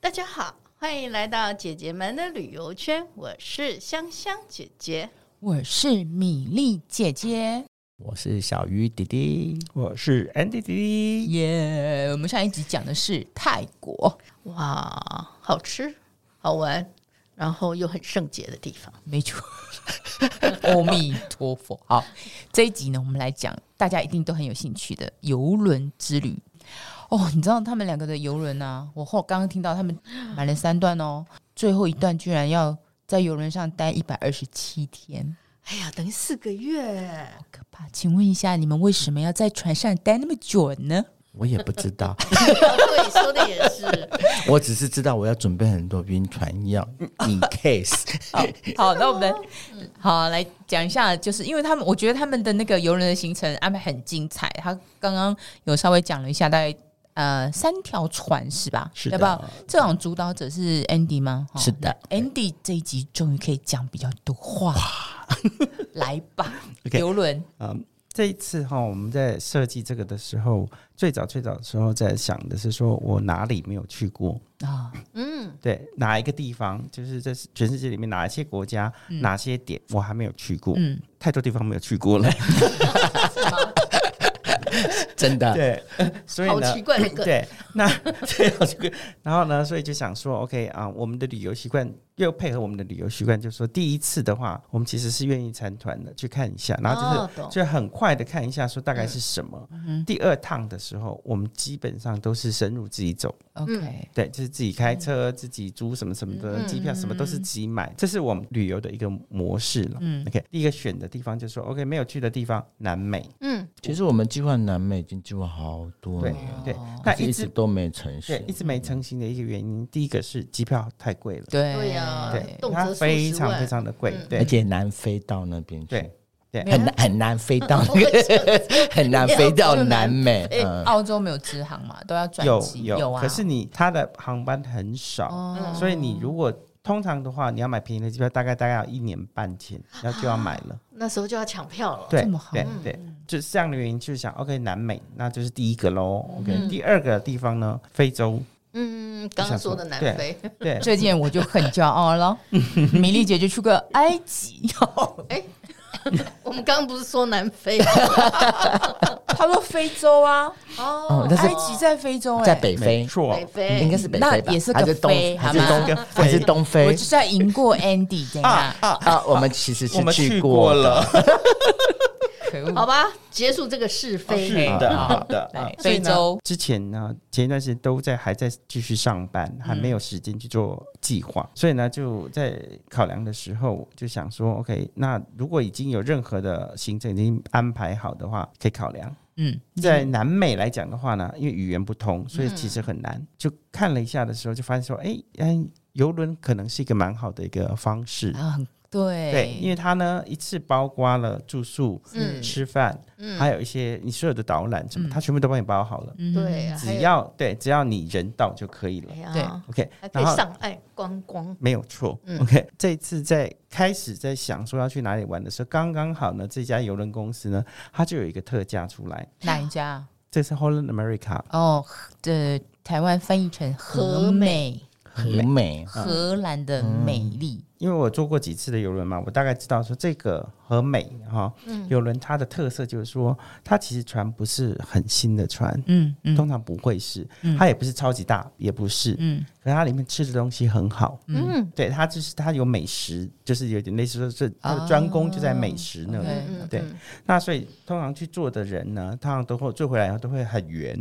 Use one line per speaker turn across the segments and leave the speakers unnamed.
大家好，欢迎来到姐姐们的旅游圈，我是香香姐姐。
我是米粒姐姐，
我是小鱼弟 弟，
我是 Andy 弟弟，
耶、我们上一集讲的是泰国，
哇，好吃、好玩，然后又很圣洁的地方。
没错。阿弥陀佛。好，这一集呢，我们来讲大家一定都很有兴趣的游轮之旅。哦，你知道他们两个的游轮啊？我后刚刚听到他们买了三段哦，最后一段居然要在游轮上待一百二十七天，
哎呀，等于四个月，
好可怕！请问一下，你们为什么要在船上待那么久呢？
我也不知道，
哦对，说的也 是。
我只是知道我要准备很多晕船 药，in case。
好，那我们好来讲一下，就是因为他们，我觉得他们的那个游轮的行程安排很精彩。他刚刚有稍微讲了一下，大概呃三条船是吧？
是
对
的
吧？这种主导者是 Andy 吗？哦
是的
那，Andy 这一集终于可以讲比较多话， 来吧，
OK
游轮
嗯，这一次哈，我们在设计这个的时候，最早最早的时候在想的是说，我哪里没有去过？
啊，
嗯，
对，哪一个地方？就是在全世界里面哪一些国家、
嗯
哪些点我还没有去过？
嗯，
太多地方没有去过 了。
真 的，
对，所以
好
呢
奇，怪的梗。
对，那 对好奇怪。然后呢，所以就想说，OK 啊，我们的旅游习惯又配合我们的旅游习惯，就是说第一次的话，我们其实是愿意参团的，去看一下，然后就是
哦懂嗯
就很快的看一下，说大概是什么。第二趟的时候，我们基本上都是深入自己走，
，OK，
对，就是自己
嗯
开车、自己租什么什么的，机票什么都是自己买，这是我们旅游的一个模式了。
嗯
OK，第一个选的地方就是说，OK，没有去的地方，南美，
嗯，
其实我们计划南美已经计划好多
对
年了，
对
哦，
那
但是一直都没成
对
行，。
一直没成型的一个原因，第一个是机票太贵了，
对
对呀
对，
动辄
它
数十
非常
万
非常的贵
嗯，
而
对
且南非到那边去
对，对
没，有
很难很难飞到 那个，很难飞到南美。
非
嗯，
澳洲没有直航嘛，都要转
有
机，
有，
啊，
可是你它的航班很少，
哦
所以你如果通常的话，你要买便宜的机票，大概大概要一年半前，然后就要买了，
那时候就要抢票了。
对
哦这么好
对对，就是这样的原因，就是想 OK 南美，那就是第一个喽
嗯
，OK，第二个地方呢，非洲，
嗯，刚嗯刚说的南非，
对，
最近我就很骄傲了，米粒姐就去过埃及，
我们刚刚不是说南非
她说非洲啊，
哦
哦那是
埃及在非洲、欸，
嗯在北
没
非，
错，
北
应
非
该是北非吧
那也是个
还是
非
东，还是
好吗
东，还是东
我
非
就是要赢过 Andy 这样，
啊？我们其实
我
是
们去
过
过了，
可恶
好吧，结束这个是非。
是的，
好
好的，
来
啊
非洲
之前呢，前一段时间都在还在继续上班，
嗯
还没有时间去做计划，所以呢，就在考量的时候就想说，OK，那如果已经有任何的行程已经安排好的话，可以考量。
嗯，
在南美来讲的话呢，因为语言不通，所以其实很
嗯
难。就看了一下的时候，就发现说，哎、哎，游轮可能是一个蛮好的一个方式。
啊，很对，
对，因为它呢一次包括了住宿、
嗯
吃饭，
嗯，
还有一些你所有的导览什么，
嗯
它全部都帮你包好了。
嗯
对，啊，还
只
有
要对，只要你人到就可以了
哎。
对
呀，
OK，
还可
然
以
后
上岸观光。
没有错。
嗯
OK，这 一次在开始在想说要去哪里玩的时候，刚刚好呢，这家邮轮公司呢，它就有一个特价出来，
哪一家？
这是 Holland America
哦，这台湾翻译成
和
和
美
美，
很美，
嗯
荷兰的美丽，
因为我坐过几次的游轮嘛，我大概知道说这个和美哈
嗯
游轮它的特色就是说，它其实船不是很新的船，
嗯
通
嗯
常不会是，
嗯
它也不是超级大，也不是，
嗯
可是它里面吃的东西很好，
嗯
对，它就是它有美食，就是有点类似说是它的专攻就在美食那里。
哦
嗯，
对
嗯
那所以通常去做的人呢，通常都会做回来以后都会很圆。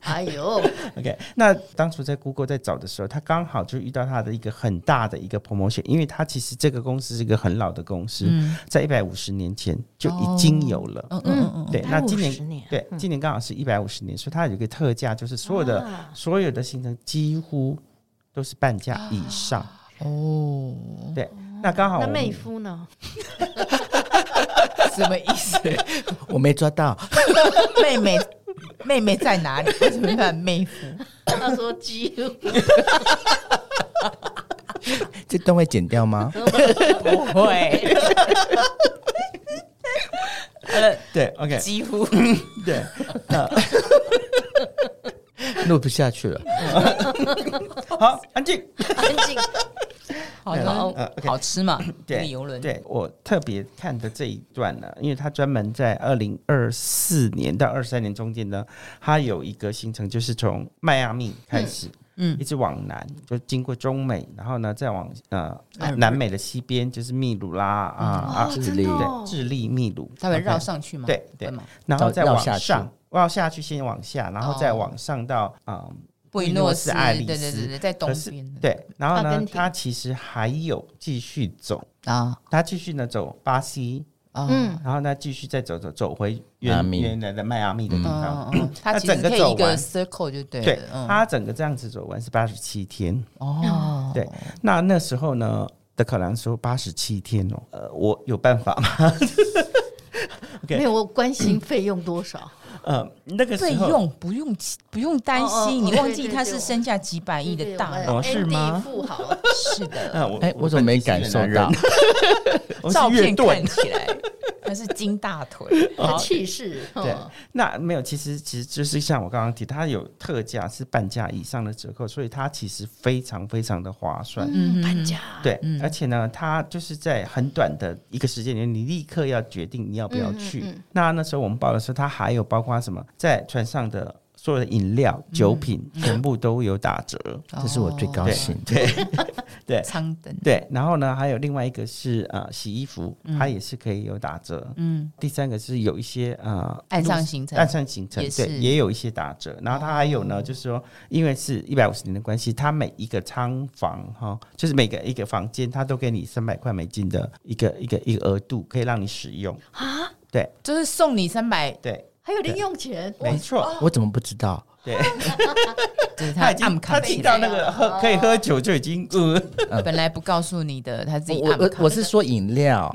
哎 呦，
OK，那当初在 Google 在找的时候，他刚好就遇到他的一个很大的一个 promotion，因为他其实这个公司是一个很老的公司，
嗯
在一百五十年前就已经有了。
嗯嗯
对，那
150
今年
年
对今年刚好是一百五十年，所以它有一个特价，就是所有的、
啊
所有的行程几乎都是半价以上。
哦
嗯，
对，那刚好我
那
们
妹夫呢？
哦，什么意思？
我没抓到。
妹妹，妹妹在哪里？为什么叫妹夫？
他说几乎
这段会剪掉 吗？
不会，呃
对，OK，
几乎
对，
录不下去了。
好，安静。
安静。
好
好
的，好吃嘛？这个
对
游轮，
对我特别看的这一段呢，因为他专门在二零二四年到二三年中间呢，他有一个行程，就是从迈阿密开始，
嗯
一直往南，就经过中美，然后呢再往呃
南美
南美的西边，就是秘鲁啦啊、
哦，
智
真
利
的
啊，
哦
对，智利、秘鲁，
他嗯会
OK
绕上去吗？
对对
会吗？
然后再
绕
往
下去
上，绕下去先往下，然后再
哦
往上到嗯。
布宜
宜
诺
诺
斯
斯艾利斯
对对对对，在东
可是
边的
对，然后
阿
呢
根，廷
他其实还有继续走，
啊
他继续呢走巴西，
啊，
嗯，
然后呢继续再走走走回
迈阿
原
密
原来的迈阿密的地方。
嗯， 嗯它
那
其实
整个
可以一
走
个
完
circle 就对
对
了，嗯，
他整个这样子走完是八十七天。
哦，
对，那那时候呢，德考良说八十七天哦，呃，我有办法吗？ 对
没有我关心费用多少，
呃，那个
费
时候
用不用不用担
哦哦
心，
哦
你忘记
对对
他
对
是
我
身价几百亿的大 人，
哦是
Andy
吗
富豪，
是的，
呃那我
哎，我怎么没感受到？？
我是
照
乐
片
队
看。起来他是金大腿，
的
好
气势，
对
哦
嗯，
那没有，其实其实就是像我刚刚提，它有特价是半价以上的折扣，所以它其实非常非常的划算。
嗯
嗯，搬家，
对，而且呢，它就是在很短的一个时间里面，你立刻要决定你要不要去。
嗯嗯嗯
那那时候我们报的时候，它还有包括什么，在船上的所有的饮料、
嗯
酒品、全部都有打折。
这是我最高
哦
兴的。
对
舱等，
对，然后呢，还有另外一个是呃洗衣服，
嗯
它也是可以有打折。嗯，第三个是有一些呃
岸上行程
岸上行程
也是
对
哦
也有一些打折。然后它还有呢，就是说，因为是一百五十年的关系，它每一个仓房哈、就是每个一个房间，它都给你三百块美金的一个一个一个额度，可以让你使用。
啊，
对
就是送你三百，
对，
还有零用钱，
没错，
我怎么不知道？
对，
就是
他已
暗
经他
扛
听
起
到
来，哦
那个喝可以喝酒就已经呃，
本来不告诉你的，他自己
我
暗
我
扛
我是说饮料，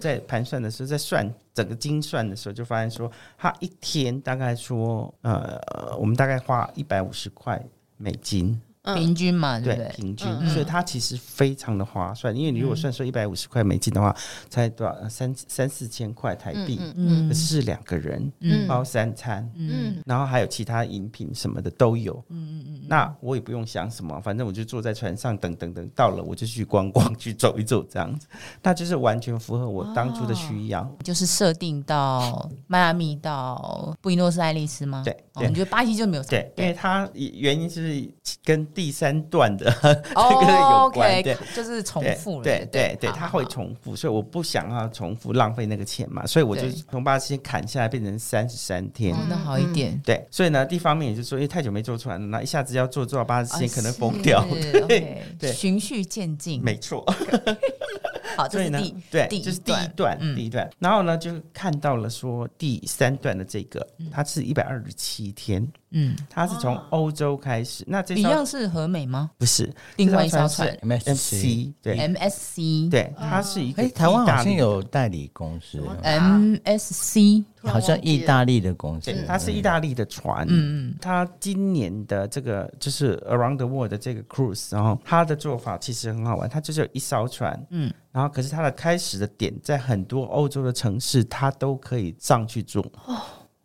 在盘算的时候，在算整个精算的时候，就发现说，他一天大概说，呃，我们大概花一百五十块美金，
平均嘛，对
对，嗯
不对？
平均，所以它其实非常的划算。因为你如果算说一百五十块美金的话，才多少呃三三四千块台币，
嗯
可是是两个人，包三餐，
嗯，
然后还有其他饮品什么的都有，嗯嗯嗯。那我也不用想什么，反正我就坐在船上等等等，到了我就去逛逛，去走一走这样子，那就是完全符合我当初的需要。
就是设定到迈阿密到布宜诺斯艾利斯吗？
对
哦，
对
你觉得巴西就没有
对，因为它原因就是跟第三段的
哦
这个有关
OK，
对
就是重复了，
对对对，
好
它
好
会
好
重复，所以我不想要重复浪费那个钱嘛，所以我就
对
从八十天砍下来变成三十三天。
哦，那好一点。
对，所以呢，一方面也就是说，因为太久没坐船了，那一下子要坐坐到八十
啊
天，可能疯掉。
是
对
OK，
对
循序渐进。
没错，
好，这
所以
是
呢
第，
对，
第
就是第
段嗯
一段，第一段，然后呢，就看到了说第三段的这个，它是一百二十七天，
嗯，
它是从欧洲开始，那这
一
艘
样是和美吗？
不是
另外一
这
艘
船
船
是
MSC，
MC，对，
MSC，
对，它是一个
哎，台湾
意大
好像
利，
有代理公司，
嗯，MSC，
嗯
好像意大利的公司
对，，它是意大利的船，嗯嗯，它今年的这个就是 Around the World 的这个 cruise，然后它的做法其实很好玩，它就是有一艘船，嗯，然后可是它的开始的点在很多欧洲的城市，它都可以上去坐。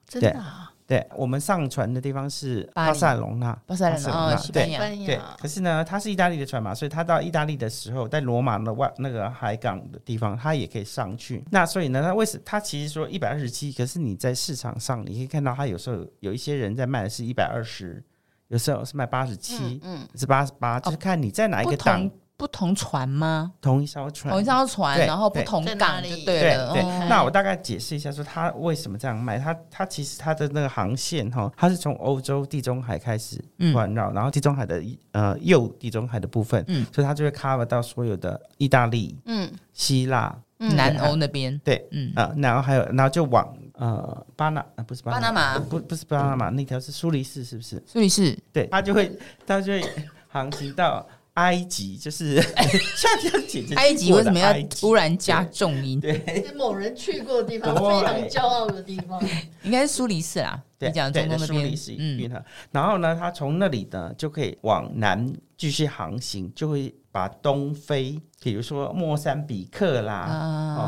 真的啊，
对我们上船的地方是
巴黎
巴塞隆纳，
巴塞罗那，哦西班
对。
西
牙，
班
对
牙，，
可是呢，它是意大利的船嘛，所以它到意大利的时候，在罗马的外那个海港的地方，它也可以上去。那所以呢，它为什它其实说一百二十七，可是你在市场上你可以看到，它有时候有一些人在卖的是一百二十，有时候是卖八十七，嗯，是八十八，就是看你在哪一
不
个档
同不同船吗？
同一艘船
同一。艘船，
对
然后不同
对在
港就
哪里
对
了。
对
哦，
那我大概解释一下，说它为什么这样卖。它它其实它的那个航线哈，它是从欧洲地中海开始环绕，然后地中海的一呃右地中海的部分，
嗯
所以它就会 cover 到所有的意大利、
嗯，
希腊，
嗯南欧那边，
嗯对，
嗯，
啊、然后还有，然后就往呃巴拿、呃不是巴
巴拿马
不不是巴拿马那条是苏黎世是不是？
苏黎世，
对，它就会它 就会航行到埃及，就是 夏天姐姐
埃及为什么要
埃及
突然加重音？
是某人去过的地方，
对
非常骄傲的地方，
应该是苏黎世啦，
对
你讲
对
中东那
苏黎
边
世
嗯
运河，然后呢，它从那里呢就可以往南继续航行，就会把东非，比如说莫桑比克啦，
啊
哦，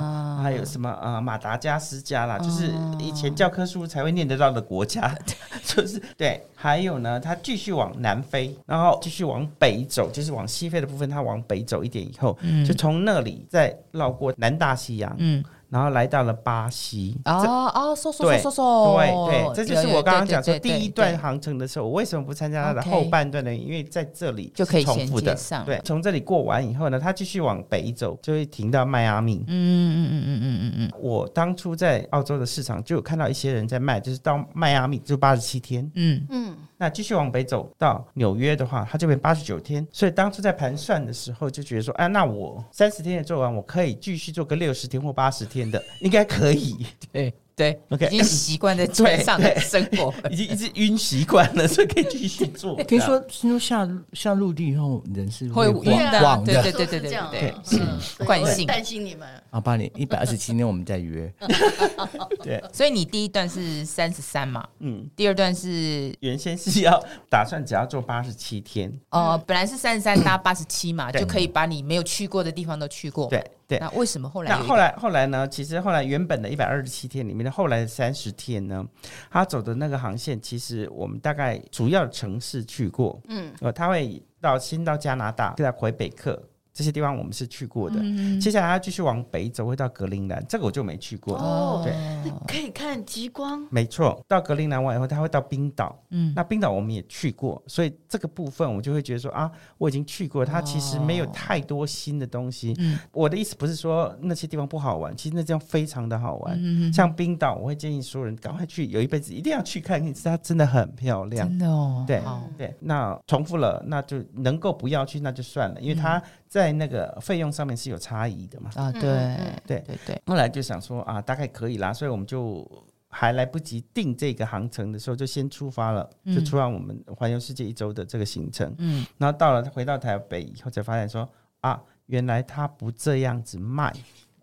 还有什么呃马达加斯加啦，就是
哦
以前教科书才会念得到的 国家， 就是对。还有呢，它继续往南飞，然后继续往北走，就是往西非的部分，它往北走一点以后，就从那里再绕过南大西洋，
嗯，
然后来到了巴西。
哦哦，嗖嗖嗖
对
嗖嗖，
对对，这就
有
是
有
我刚刚
哦对
讲说
对
第
对
一
对
段航程的时候，我为什么不参加它的
OK
后半段呢？因为在这里
就可以
是重
衔
复
接
的。
上，
对，从这里过完以后呢，它继续往北走，就会停到迈阿密。
嗯，嗯嗯嗯嗯嗯嗯
我当初在澳洲的市场就有看到一些人在卖，就是到迈阿密就八十七天，
嗯
嗯，
那继续往北走到纽约的话，它这边八十九天。所以当初在盘算的时候就觉得说，啊，那我三十天也做完，我可以继续做个六十天或八十天的，应该可 以。
嗯，对对
OK
已经习惯在船上的生活了。
已经一直晕习惯了，所以可以继续做。
哎听说听说下下陆地以后人是
会
晃
晕的啊
晃
对
的
对对对对
这样啊
对，
嗯所以
惯
我很
性
担心你们。
啊，八年一百二十七年我们再约，
嗯
对，
所以你第一段是三十三嘛，
嗯，
第二段是
原先是要打算只要做八十七天，
呃，本来是三十三搭八十七嘛，
对
就可以把你没有去过的地方都去过。，
对对。
哦那为什么后来
那
有一
后
个
来后来呢？其实后来原本的一百二十七天里面的后来的三十天呢，他走的那个航线，其实我们大概主要城市去过，嗯，呃，他会到先到加拿大，再回北克这些地方我们是去
嗯
过的。接下来他继续往北走，会到格陵兰，这个我就没去过。
哦，
对
那可以看极光，
没错，到格陵兰完以后，他会到冰岛。嗯，那冰岛我们也去过，所以这个部分我就会觉得说啊，我已经去过，它其实没有太多新的东西。嗯，我的意思不是说那些地方不好玩，其实那地方非常的好玩。嗯像冰岛，我会建议所有人赶快去，有一辈子一定要去看看，它真的很漂亮。
真的哦，
对
好
对，那重复了，那就能够不要去，那就算了，因为它在那个费用上面是有差异的嘛。
啊，对
嗯
对
对对，
后来就想说啊，大概可以啦，所以我们就还来不及定这个航程的时候，就先出发了，就出完我们环游世界一周的这个行程。
嗯，
然后到了回到台北以后，才发现说啊，原来它不这样子卖。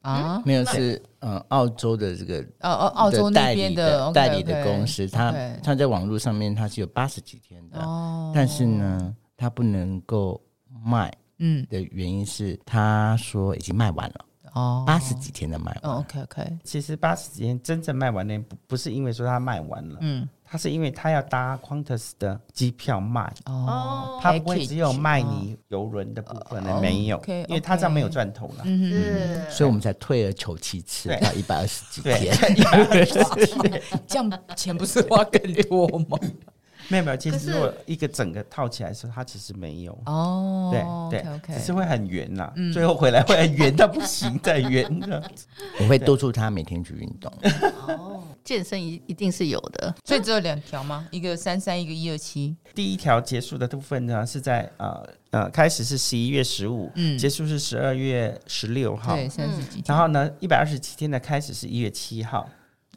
啊，
没有是嗯澳洲的这个
哦哦，澳洲
的
那
代
边
理的
，OK，
代理
OK
的公司，它
OK
它在网络上面它是有八十几天的，
哦，
但是呢，它不能够卖
嗯，
的原因是他说已经卖完了，
哦，
八十几天的卖
哦
完了。
，OK OK，
其实八十几天真正卖完的不不是因为说它卖完了，
嗯，
它是因为它要搭 Qantas 的机票卖。
哦
哦，
它不会只有
package，
卖
哦
你游轮的部分
哦嗯
了，没有，
OK，OK
因为它这样没有赚头了。
是
所以我们才退而求其次，
对
到一百二十几
对
天，
这样钱不是花更多吗？
没有没有，其
可
实
是
如果一个整个套起来的时候，它其实没有。
哦，嗯
对对
o k
只是会很圆啦，最后回来会很圆到不行，再圆的。
我会督促他每天去运动。
健身一一定是有的，
所以只有两条吗？一个三三，一个一二七。
第一条结束的部分呢，是在呃呃，开始是十一月十五、
嗯
结束是十二月十六号，
对，三十几天。
嗯然后呢，一百二十七天的开始是一月七号，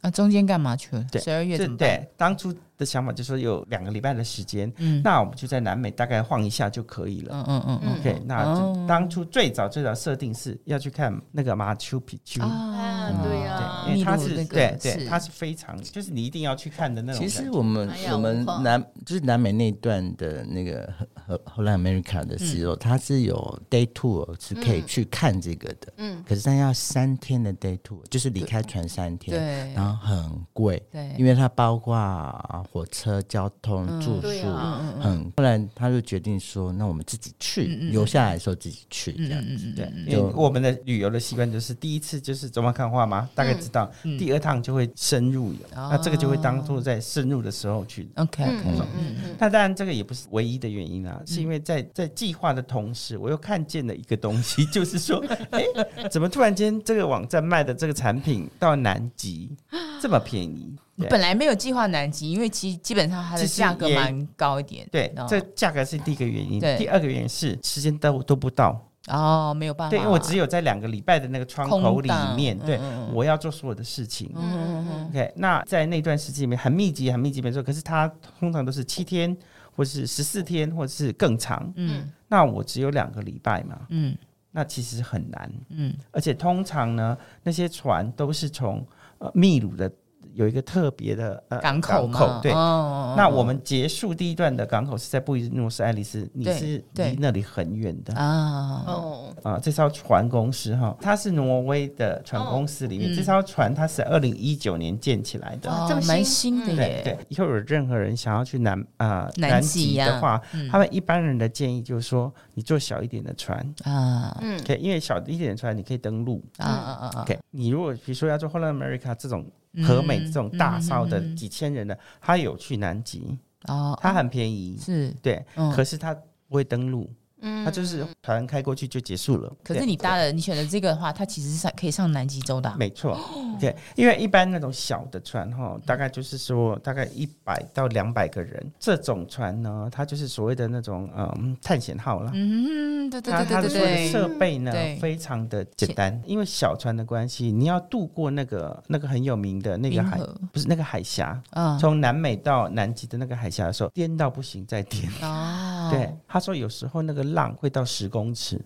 啊，中间干嘛去了？
对
十二月
这
怎么办？
对当初的想法就是说有两个礼拜的时间，
嗯
那我们就在南美大概晃一下就可以了。
嗯嗯嗯嗯。
OK，那
哦
就当初最早最早设定是要去看那个马丘比丘。
啊，
啊，
对呀
嗯对，因，为它
秘鲁那
是
个
对
是
对，它是非常就是你一定要去看的那种
其
感觉。
实我们
哎呀
我
我
们
怕
南就是南美那一段的那个荷荷荷兰 America 的时候，它是有 day tour 是可以去看这个的，
嗯
可是它要三天的 day tour，就是离开船三天，
对嗯
然后很贵，
对
因为它包括火车、交通、住
对
宿，
啊
很。后来他就决定说，那我们自己去，留下来的时候自己去这样
嗯
子。
对，因为
就
我们的旅游的习惯就是第一次就是走马看花
嗯
嘛，大概知道；第二趟就会深入游，
哦
那这个就会当做在深入的时候去。
OK，
嗯嗯嗯，
那当然，这个也不是唯一的原因啊，
嗯
是因为在在计划的同时，我又看见了一个东西，就是 说，哎、怎么突然间这个网站卖的这个产品到南 极这么便宜？对
本来没有计划南极，因为其实基本上它的
其实
价格
也
蛮高一点。
对
哦，
这价格是第一个原因
对，
第二个原因是时间都都不到，
哦没有办法，
对，因为我只有在两个礼拜的那个窗口里面，
空档
对
嗯嗯嗯
我要做所有的事情。
음,
嗯嗯
OK，那在那段时间里面很密集、很密集没错，可是它通常都是七天，或是十四天，或者是更长。
嗯
那我只有两个礼拜嘛，
嗯
那其实很难。
嗯
而且通常呢，那些船都是从呃秘鲁的有一个特别的呃
港口嘛，
对。
哦
那我们结束第一段的港口是在布宜诺斯艾利斯，你
对
是
对
离那里很远的
啊，
哦，
啊、这艘船公司哈，它是挪威的船
哦
公司里面，
嗯
这艘船它是二零一九年建起来的。
哇
哦
这么
蛮
新
新的
嗯
对
耶，
对，以后有任何人想要去南啊、
南
南
极
极
呀嗯
的话，他们一般人的建议就是说，你坐小一点的船，
啊
嗯，
对，因为小一点的船你可以登陆。
啊啊嗯啊啊，
OK，你如果比如说要做 Holland America 这种和美这种大艘
嗯
的几千人的，他有去南极，
哦，
它很便宜，
是，
对，
嗯
可是它不会登陆，
嗯
它就是船开过去就结束了。
可是
对
你搭了，你选的这个的话，它其实是上可以上南极洲的啊，
没错，对，因为一般那种小的船哈，大概就是说大概一百到两百个人，这种船呢，它就是所谓的那种嗯探险号啦。
嗯，对对
它它
对
的所有的
对对
设备呢
对
非常的简单，因为小船的关系，你要渡过那个那个很有名的那
对，
个
冰
海，
河
不是那个海峡，
啊
从南美到南极的那个海峡的时候，颠到不行再颠。
啊，
对，他说有时候那个浪会到十公尺，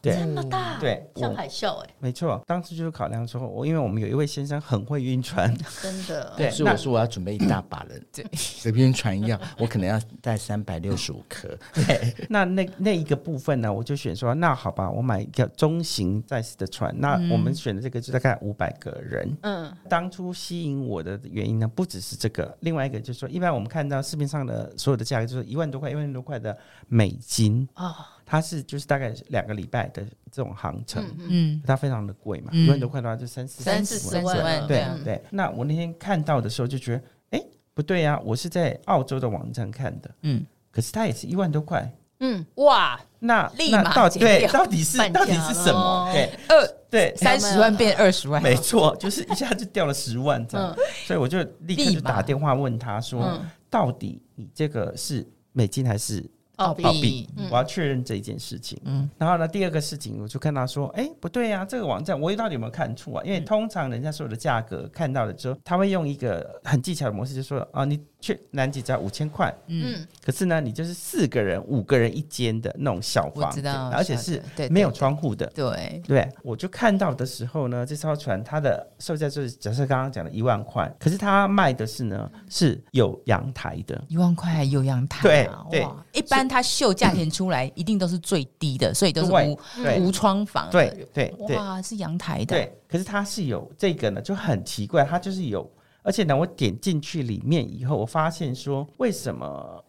对
这么大，
啊
对，
像
我
海啸哎，
没错，当时就是考量说，我因为我们有一位先生很会晕船，
真的，
对，
所以
那
我说我要准备一大把的，
对，
随便传一样，我可能要带三百六十五颗。
那那那一个部分呢，我就选说，那好吧，我买一个中型 size 的船，那我们选的这个就大概五百个人。
嗯，
当初吸引我的原因呢，不只是这个，另外一个就是说，一般我们看到市面上的所有的价格就是一万多块、一万多块的美金，
哦，
它是就是大概两个礼拜的这种航程，
嗯嗯，
嗯，
它非常的贵嘛，
嗯
一万多块的话就三四
三
十
四十
三十
万
万
了，
对
嗯
对，那我那天看到的时候就觉得，哎、不对啊，我是在澳洲的网站看的，
嗯，
可是它也是一万多块，
嗯，
哇，
那
立
那
马
到
剪
对，
掉哦
到底是
半
到底
价
是什么
咯？
对
二
对，
三十万变二十万，
没错，就是一下就掉了十万这样
嗯，
所以我就立刻
立
就
马
打电话问他说
嗯，
到底你这个是美金还是
澳
币
币
澳币
嗯？
我要确认这一件事情。
嗯
嗯，然后呢，第二个事情我就看到说，哎，不对呀，这个网站我到底有没有看错啊？因为
嗯
通常人家所有的价格看到了之后，他会用一个很技巧的模式，就说啊，你去南极只要五千块，
嗯，
可是呢，你就是四个人、五个人一间的那种小
我
房
知
子，
道，
而且
晓
是
得对
没有窗户的。
对，
对，我就看到的时候呢，这艘船它的售价就是假设刚刚讲的一万块，可是它卖的是呢是有阳台的，
一万块有阳台、啊，
对
哇！一般它秀价钱出来一定都是最低的，所以都是
对
无
对
无窗房的，
对对对
啊哇，是阳台的，
对，可是它是有这个呢，就很奇怪，它就是有，而且呢，我点进去里面以后，我发现说为什么。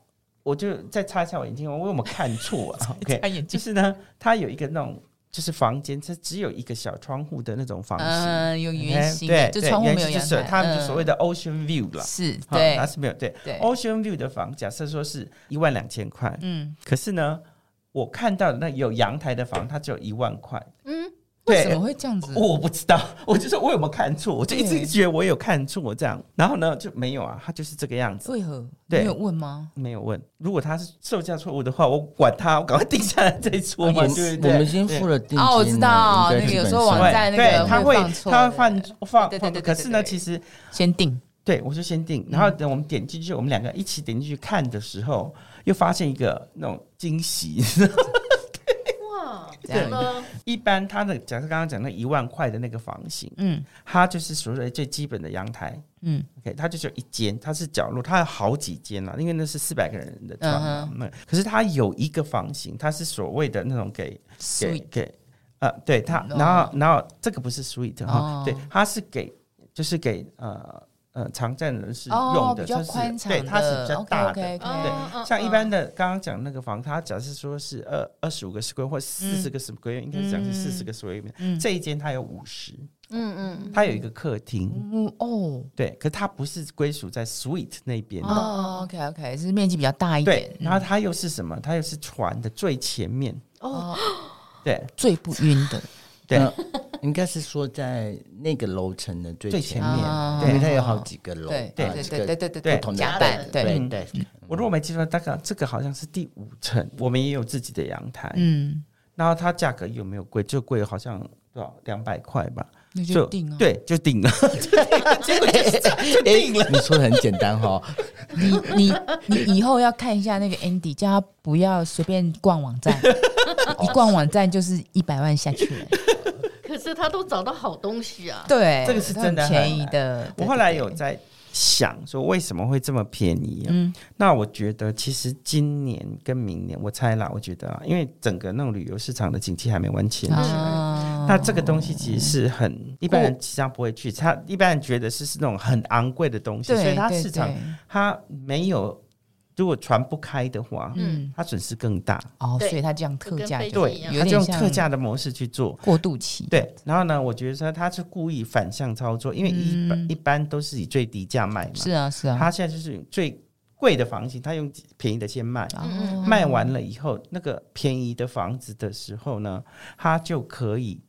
我就再擦一下我眼睛，我有没有看错 啊？OK，
擦眼
就
睛
是呢，它有一个那种就是房间，它只有一个小窗户的那种房型，
嗯，有
OK，
圆形的，
对，
就
对
窗户
原
没有
型就
阳
是
台，
他们就
嗯
所谓的哦 ocean view 啦。
是
哈
对
它是没有对
对
Ocean View 的房，假设说是一万两千块，
嗯，
可是呢，我看到的那有阳台的房，它只有一万块，
嗯，
为什
对
么。会这样子？
我不知道，我就说我有没有看错，我就一
对
直觉得我有看错这样，然后呢就没有啊，它就是这个样子，
为何
对
你有问吗？
没有问。如果它是售价错误的话，我管它，我赶快定下来再说嘛，
啊
我
对不
我
对？
们先付了定金了
哦我知道
应
那
该
个
基本
有时候
上
网站那个
对，它
会
会
放错
它
的
会放放
对对对对
放，
对
可是呢，
对
其实
先定
对，我就先定，然后
嗯
等我们点进去，我们两个一起点进去看的时候，又发现一个那种惊喜。
哇，
这样
这个
一般它的，假设刚刚讲那一万块的那个房型，
嗯
它就是所谓的最基本的阳台。
嗯
OK，它就只有一间，它是角落，它有好几间啦，因为那是四百个人的床
嗯
嘛。那、可是它有一个房型，它是所谓的那种给给
Sweet
给呃，对它，
哦
然后然后这个不是 suite 哈、
哦
对，它是给就是给呃呃常站人士
哦
用，的，
比较
就是
宽敞的，
对，它是比较大的。
OK OK，
哦嗯
像一
嗯
般的刚刚讲那个房，它假设说是二二十五个 square 或四
嗯
十个 square，、应该是讲是四十个 square 面、这一间它有五十，
嗯嗯
它有一个客厅，
嗯哦
对，可它不是归属在 suite 那边的，
哦 OK OK，是面积比较大一
对
点，，嗯
然后它又是什么？它又是船的最前面，
哦，
对
最不晕的
对、
嗯应该是说在那个楼层的最
最前面，
啊
对
因为它有好几个楼，
对
好
对
几
对
个
对对对
对
不同
甲
的
板
对
对
嗯
对对，
我如果没记错，大概这个好像是第五层，我们也有自己的阳台，
嗯，
然后它价格有没有贵？就贵好像多少两百块吧，
那就定啊。
对，就定了，结果就是这样就定了。
你说的很简单哈，
你你你以后要看一下那个 Andy，叫他不 要随便逛网站，一逛网站就是一百万下去了。
可是他都找到好东西啊。
对，
这个是
它
真的
很
很
便宜的。对
我后来
对
有
对
在想说，为什么会这么便宜、啊？
嗯
那我觉得其实今年跟明年，我猜啦，我觉得啊，因为整个那种旅游市场的景气还没完全起来。
啊
那这个东西其实是很一般人实际上不会去，他一般人觉得是是那种很昂贵的东西，
对
所以它
对
市场
对
它没有，如果传不开的话，
嗯
它损失更大。
哦，
对
所以它这样特价
就跟飞机
就
对
一样，
有
它就
点
用
像
特价的模式去做。
过渡期。
对，然后呢，我觉得说他是故意反向操作，因为一般、
嗯
一般都是以最低价卖嘛，
是啊是啊，
他现在就是最贵的房型，他用便宜的先卖，
嗯
哦
卖完了以后，那个便宜的房子的时候呢，他就可以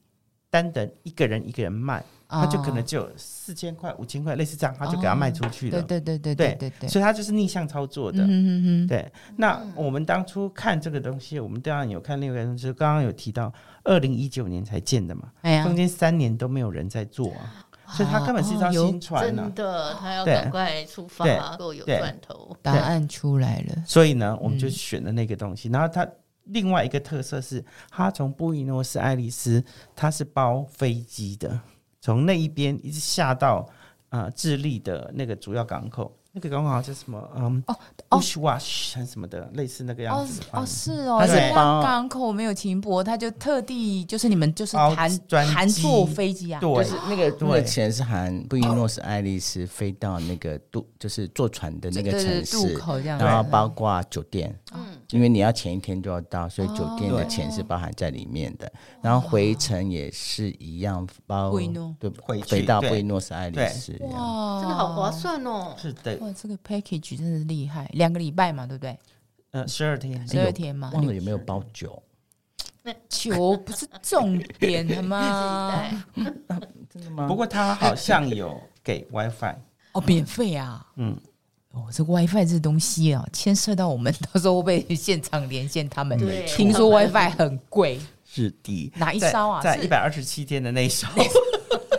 单人一个人一个人卖，他就可
啊
能
哦
就四千块、五千块，类似这样，他就给他卖出去了。
对对对对
对
对对，
所以他就是逆向操作的。
嗯嗯嗯，
对，那我们当初看这个东西，我们当然有看另外一个东西，刚刚有提到，二零一九年才建的嘛，
哎呀
中，间三年都没有人在做啊，所以它根本是一
哦
艘
有
新船啊
真。的，他要
对
赶快出发，
对
够有
对
赚头。
答案出来了，
所以呢，我们就选了那个东
嗯
西。然后它另外一个特色是，它从布宜诺斯艾利斯，它是包飞机的，从那一边一直下到呃智利的那个主要港口，那个港口好像叫什么？嗯，
哦哦
u s h w a s h 还是什么的，类似那个样
哦
子。
哦是哦，
它
因
是
为
包
港口没有停泊，他就特地就是你们就是
包
含
专
含
机
坐飞机啊，
对，
就是那个
对
那个钱是含布宜诺斯艾利斯飞到那个渡，就是坐船的那个
对对嗯
城
对渡
市，
口这样子，
然后包括酒店，
嗯，
因为你要前一天就要到，所以酒店
哦
的钱是包含在里面
哦
的。然后回程也是一样包，
布宜诺
对，
回去
回到
对
布宜诺斯艾利斯一样。
哇，
真的好划算哦。
是的，
哇，这个 package 真的是厉害，两个礼拜嘛，对不对？
呃，十二天，
十二天嘛，
忘了有没有包酒，
球不是重点的吗？
对，
真的吗
不过它好像有给 WiFi，
哦，免费啊！
嗯，
哦，这个 WiFi 这东西啊，牵涉到我们到时候会不会现场连线他们？
对
听说 WiFi 很贵，
是的。
哪一艘啊？
在
是
一百二十七天的那一艘。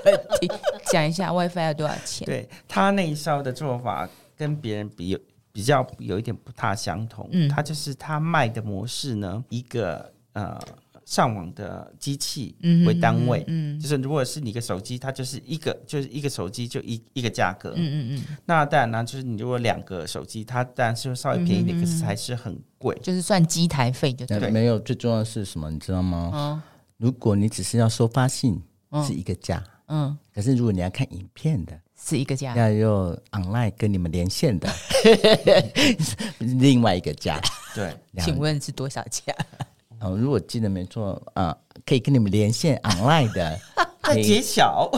讲一下 WiFi 要多少钱？
对他那一艘的做法跟别人比有比较有一点不大相同，
嗯
他就是他卖的模式呢，一个呃上网的机器
嗯
为单位。
嗯
就是如果是你一个手机，它就是一个就是一个手机就一一个价格。
嗯嗯嗯，
那当然呢，就是你如果两个手机，它当然是稍微便宜一
嗯
点，可是还是很贵。
就是算机台费就对了。
对
没有，最重要的是什么？你知道吗？
嗯
如果你只是要收发信，
嗯
是一个价。
嗯，
可是如果你要看影片的，
是一个价。
要用 online 跟你们连 线的，另外一个价。
对，
两
请问是多少价？
哦，如果记得没错，啊，可以跟你们连线 online 的，可
再揭
以
晓，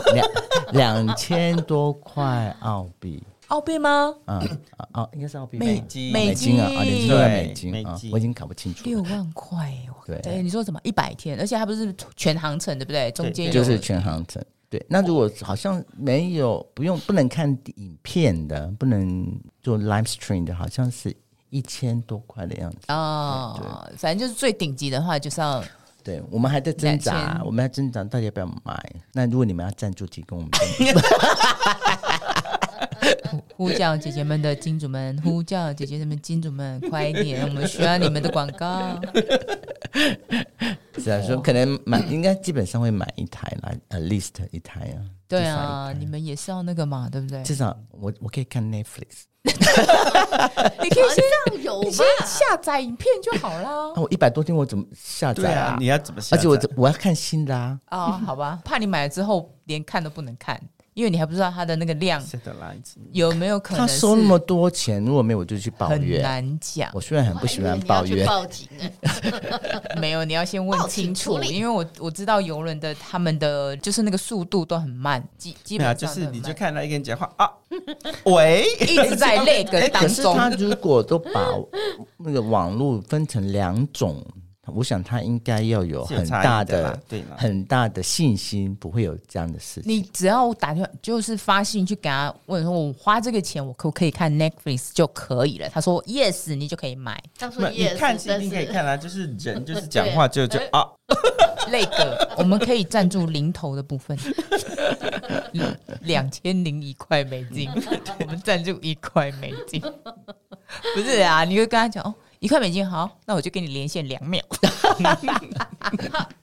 两两千多块澳币，
澳币吗？
啊，啊哦，应该是澳币吧，
美
金
美
美金啊，啊，
金
连金对美
对
金啊
美金，
我已经搞不清楚
六
了，
万块耶！我哎
对
对，你说什么一百天？而且它不是全航程，对不对？中间
对
有
就是全航程。对，那如果好像没有不用不能看影片的，不能做 live stream 的，好像是一千多块的样子。
哦，反正就是最顶级的话，就是要
对，我们还在挣扎
2000，
我们还挣扎到底要不要买。那如果你们要赞助提供我们，
呼叫姐姐们的金主们，呼叫姐姐们金主们，快一点，我们需要你们的广告。
哦
是啊，说可能买，应该基本上会买一台啦，at least 一台啊。
对
至少
啊，你们也是要那个嘛，对不对
一，？至少我我可以看 Netflix
你可以
船
先
上有
你
吧
先？下载影片就好啦
啊，。我一百多天我怎么下
对
载
啊，你要怎么下
而
载？
且我怎我要看新的啊，
哦，好吧，怕你买了之后连看都不能看，因为你还不知道它的那个量
现在来自
有没有可
他
能
收那么多钱，如果没有我就去抱
很
怨。
难 讲。
我虽然很不喜欢抱
我还以为你要去
怨，
报警呢。
没有，你要先问
报警
清楚，
处理
因为我我知道游轮的他们的就是那个速度都很慢，基基
没
本
有，啊
上
就
都
是
很
你就
慢
看到一个人讲话啊， 喂，
一直在那
哎
个当
可是
中。
他如果都把那个网络分成两种，我想他应该要有
是有
很
差异
大
的啦
的
对啦
很大的信心，不会有这样的事情。
你只要打电话，就是发信去给他问说，我花这个钱，我可不可以看 Netflix 就可以了。他说 yes，你就可以买
他说
那 你
yes，
看是一
但
定可以
是
看啊，就是人就是讲 话就就
对
啊，
那个，我们可以赞助零头的部分， 两千零一块美 金，我们赞助一块美金，不是啊？你就跟他讲哦，一块美金好，那我就跟你连线两秒。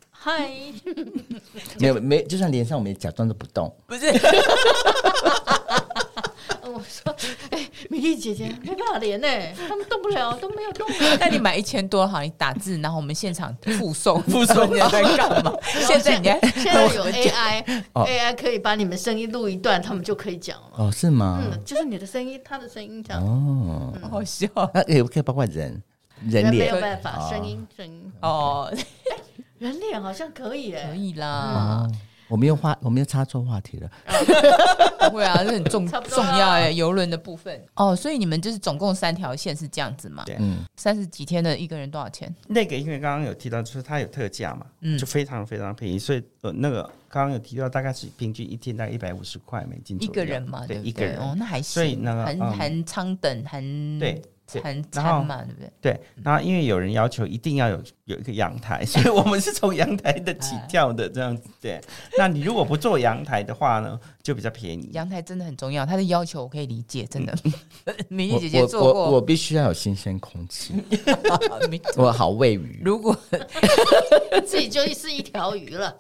嗨，
没有没，就算连上我们也假装都不动。
不是，
我说，哎，米粒姐姐没办法连呢、他们动不了，都没有动。
那你买一千多好，你打字，然后我们现场附送，附送你在干 嘛？现在你还
现在有 AI，AI、
哦
AI 可以把你们声音录一段，他们就可以讲了。
哦，是吗？
嗯，就是你的声音，他的声音这样。
嗯
哦，
好笑
那也可以包括人人
人没
脸
有办法，
哦
声音声音，
哦，
人脸好像可以
可
哎，
以啦
哦，我们又话，我们又插错话题了。
不会啊，这很重
差不多
重
啦
要哎，游轮的部分哦，所以你们就是总共三条线是这样子嘛？
对
嗯，
三十几天的一个人多少钱？
那个因为刚刚有提到，就是它有特价嘛，
嗯
就非常非常便宜，所以呃，那个刚刚有提到，大概是平均一天大概一百五十块美金
一
左右
个人嘛，
对，
不
一个人。
哦，那还行，
所以那个
含
嗯
含舱等含
对对
含
然
餐
后
嘛，对不对？
对，然后因为有人要求一定要有有一个阳台， 所以我们是从阳台的起
哎
跳的这样子。对，那你如果不做阳台的话呢，就比较 便宜。
阳台真的很重要，他的要求我可以理解，真的。
嗯
米
我
莉姐姐
我
做
我我
过，
必须要有新鲜空气，
米
我好喂鱼。
如果
自己就是一条鱼了。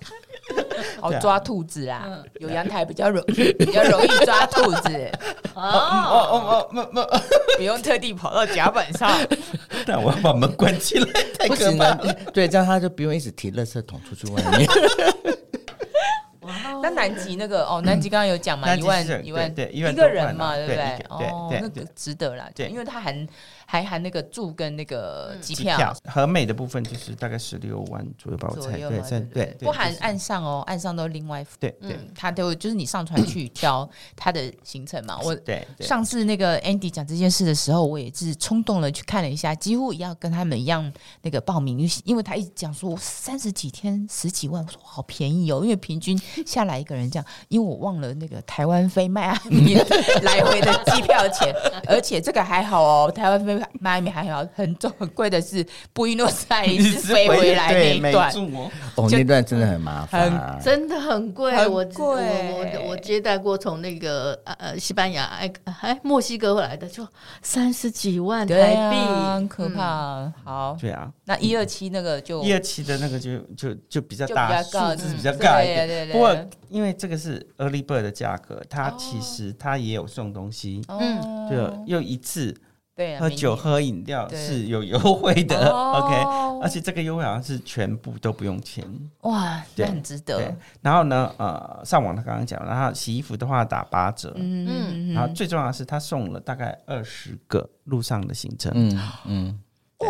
好抓兔子啊，有阳台比较容 易，比较容易抓兔子，
哦，
哦哦，那那
不用特地跑到甲板上。
那我要把门关起 来，太
不
可
行
怕
了
了。，
对，这样他就不用一直提垃圾桶出去外 面。
那南极那个哦，南极刚刚有讲嘛，
嗯南
一
极是
万一万
对对一
一
万
个人嘛，
多
不对
块嘛对一？个对
哦，
对
那个值得啦，
对
因为它含还含那个住跟那个机
机
票。
和美的部分就是大概十六万左右吧，我
左
猜
右
对
嘛，对
在
不
对
对，
对
不含
就是
岸上哦，岸上都另外付。
对对
嗯，他都就是你上船去挑他的行程嘛。我
对对
上次那个 Andy 讲这件事的时候，我也是冲动了去看了一下，几乎也要跟他们一样那个报名，因为因为他一直讲说三十几天十几万，我说好便宜哦，因为平均下来一个人这样，因为我忘了那个台湾飞迈阿密来回的机票钱， 而且这个还好哦，台湾飞迈阿密还好，很重很贵的是布宜诺斯艾利斯飞回来那
对
一
美
段。
住 哦，
哦，
就
那段真的很麻烦。
真的很贵，
很
我
贵
我我我接待过从那个呃呃西班牙哎哎墨西哥回来的，就三十几万
对
台币，
啊，
嗯
很可怕。好，
对啊，
那一二七那个就
一二七的那个就就就比较
就比
大，
较高
数字
嗯
比较大一
对
点。
对对哦
不过因为这个是 early bird 的价格，它其实它也有送东西，
嗯
就又一次
对啊
嗯喝酒
明年
喝饮料
对
是有优惠的，OK。
哦
而且这个优惠好像是全部都不用钱，
哇，那
对
很值得
对。然后呢，呃，上网他刚刚讲，然后洗衣服的话打八折，
嗯
然后最重要的是他送了大概二十个路上的行程，
嗯嗯，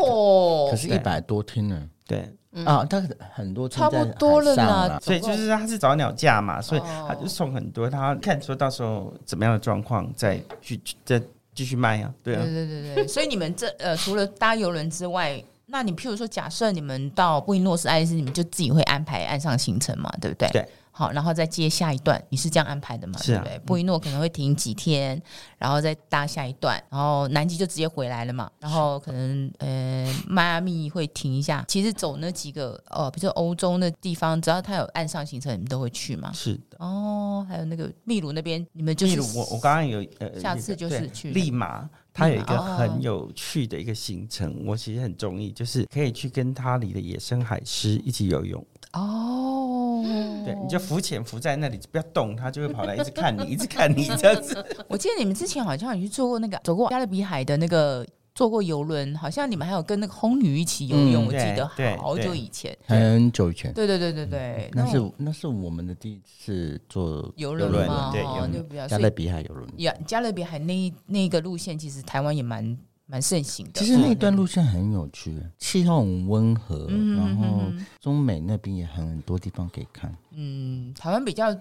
哦
可，是，一
对
百多天呢。
对，
啊，他很多
嗯差不
村在
多了
海上
啦
啊啦。
所以就是他是早鸟价嘛，所以
哦
他就送很多，他看说到时候怎么样的状况再去再继续卖啊，对
对
啊，
对对对，所以你们这呃，除了搭游轮之外。那你譬如说，假设你们到布宜诺斯艾利斯，你们就自己会安排岸上行程嘛，对不对？
对。
好，然后再接下一段，你是这样安排的嘛？
是
对
啊
不对？布宜诺可能会停几天，然后再搭下一段，然后南极就直接回来了嘛。然后可能呃，迈阿密会停一下。其实走那几个呃，比如说欧洲那地方，只要它有岸上行程，你们都会去嘛。
是的。
哦，还有那个秘鲁那边，你们就
例
是
如我我刚刚有呃，
下次就是
对
去
利马，它有一个
哦
很有趣的一个行程，我其实很中意，就是可以去跟它里的野生海狮一起游泳。
哦，
对，你就浮潜浮在那里，不要动，它就会跑来一直看你，一直看你这样 子。
我记得你们之前好像有去做过那个走过加勒比海的那个坐过游轮，好像你们还有跟那个红女一起游泳，
嗯
我记得
对对
好久以前。
很久以前，
对对对对对，
嗯那
种
是那是我们的第一次坐
游
游
轮
轮
嘛，
对
哦
游轮
就比较
加
所
勒
以
比海游轮。
呀，加勒比海那一那个路线，其实台湾也蛮蛮盛行的。
其实那段路线很有趣，气候很温和，
嗯
然后
嗯嗯
中美那边也很多地方可以看。
嗯，台湾比较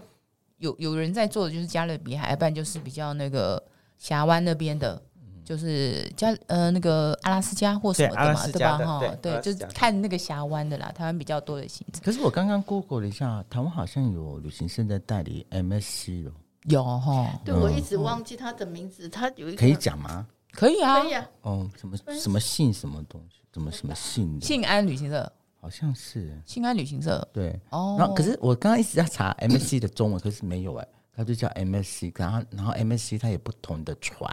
有有人在做的就是加勒比海，要不然就是比较那个峡湾那边的，就是加呃那个阿拉斯加或什么
对阿
的
拉
嘛，
斯
对吧？
加的
哈，
对
对，
阿拉
就
斯
是
加的
看那个峡湾的啦，台湾比较多的行程
可是我刚刚 Google 了一下，台湾好像有旅行社在代理 MSC 哦，
有哈，
对我一直忘记他的名字，他有一个
可以讲吗？
可以啊
可，以啊，
哦，什么什么信什么东西，什么什么信的，
信安旅行社，
好像是
信安旅行社
对。
哦，
然后可是我刚刚一直在查 MSC 的中文，可是没有哎、它就叫 MSC，然后然后 MSC 它有不同的船，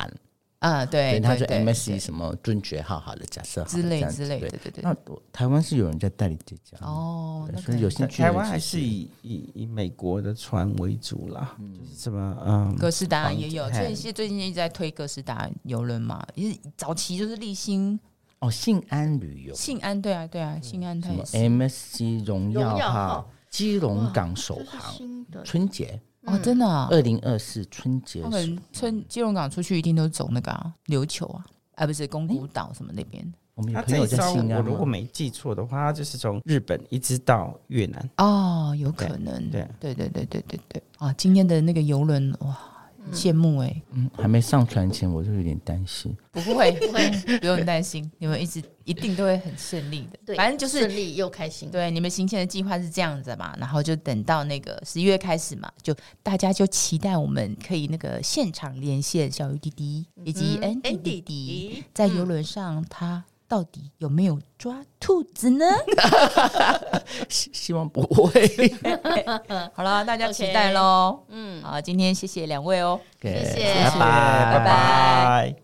啊，对，
对，他说
对对
MSC
对
什么尊爵号好了，假设好了
之
这
类
样
之
子
类的，
对
对对对。
那我台湾是有人在代理这家哦，
哦，那
所以
个
有兴趣的
台湾还
其
是
实
以以以美国的船为主啦，就是什么嗯，
哥斯达
房
也有，
嘿
所以是最近一直在推哥斯达游轮嘛，因为早期就是立新、
哦，信安旅游
信安，对啊对啊，信安它
什么
也是。
MSC 荣
荣耀
耀
号
号、基隆港首
这是
航
新的，
春节，
哦，真的啊，
二零二四春节
他们春基隆港出去一定都走那个啊琉球啊，啊不是宫古岛什么那
哦
边
我们有
他
朋
这
友
一
在
艘
信
我
安
如果
吗？
没记错的话，它就是从日本一直到越南。
哦，有可能，
对
对对对对对对啊，今天的那个游轮哇，羡慕哎、
嗯，还没上船前我就有点担心。
不会不会，不用担心，你们一直一定都会很顺利的，
对，
反正就是
顺利又开心。
对，你们行前的计划是这样子嘛，然后就等到那个十一月开始嘛，就大家就期待我们可以那个现场连线小鱼弟弟以及
嗯
Andy 弟
Andy
弟，嗯
弟
在游轮上他到底有没有抓兔子呢？
希希望不会。
好了，大家
OK
期待喽。嗯，好，今天谢谢两位哦。
谢谢
拜
谢谢
拜
拜
拜
拜。